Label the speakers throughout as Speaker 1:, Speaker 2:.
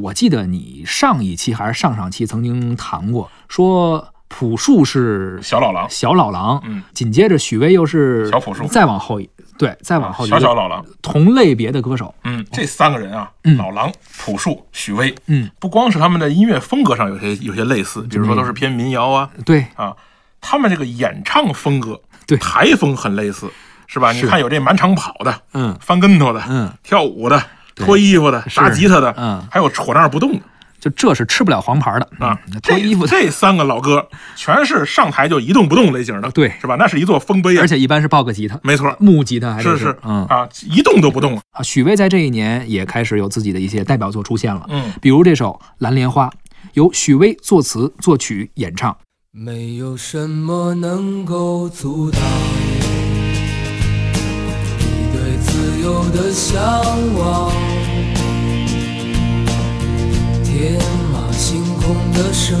Speaker 1: 我记得你上一期还是上上期曾经谈过，说朴树是
Speaker 2: 小老狼，
Speaker 1: 小老狼，
Speaker 2: 嗯，
Speaker 1: 紧接着许巍又是
Speaker 2: 小朴树
Speaker 1: 再往后一对，再往后一
Speaker 2: 小
Speaker 1: 个
Speaker 2: 小老狼，
Speaker 1: 同类别的歌手，
Speaker 2: 嗯，这三个人啊，
Speaker 1: 嗯
Speaker 2: 老狼、朴树、许巍，
Speaker 1: 嗯，
Speaker 2: 不光是他们的音乐风格上有些有些类似，比如说都是偏民谣啊
Speaker 1: 对，
Speaker 2: 啊，他们这个演唱风格
Speaker 1: 对
Speaker 2: 台风很类似，是吧？你
Speaker 1: 是
Speaker 2: 看有这满场跑的，
Speaker 1: 嗯
Speaker 2: 翻跟头的，
Speaker 1: 嗯，
Speaker 2: 跳舞的，脱衣服的，
Speaker 1: 是
Speaker 2: 打吉他的，
Speaker 1: 嗯
Speaker 2: 还有戳那儿不动的
Speaker 1: 就这是吃不了黄牌的
Speaker 2: 啊
Speaker 1: 嗯。脱
Speaker 2: 这
Speaker 1: 衣服的，
Speaker 2: 这三个老哥全是上台就一动不动类型的，
Speaker 1: 对
Speaker 2: 是吧？那是一座丰碑啊
Speaker 1: 而，且一般是抱个吉他，
Speaker 2: 没错，
Speaker 1: 木吉他还
Speaker 2: 是
Speaker 1: 得
Speaker 2: 是
Speaker 1: 嗯
Speaker 2: 啊，一动都不动啊，
Speaker 1: 啊，许巍在这一年也开始有自己的一些代表作出现了，
Speaker 2: 嗯，
Speaker 1: 比如这首《蓝莲花》，由许巍作词、作曲、演唱。
Speaker 3: 没有什么能够阻挡你对自由的向往。天马行空的生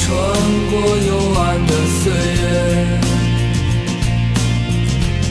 Speaker 3: 穿过幽暗的岁月，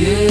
Speaker 3: 也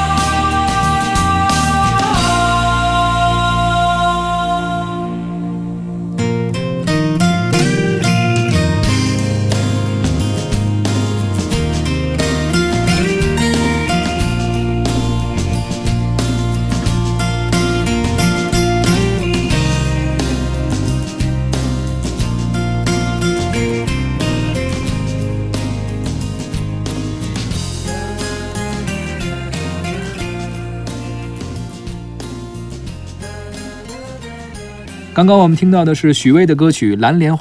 Speaker 1: 刚刚我们听到的是许巍的歌曲《蓝莲花》。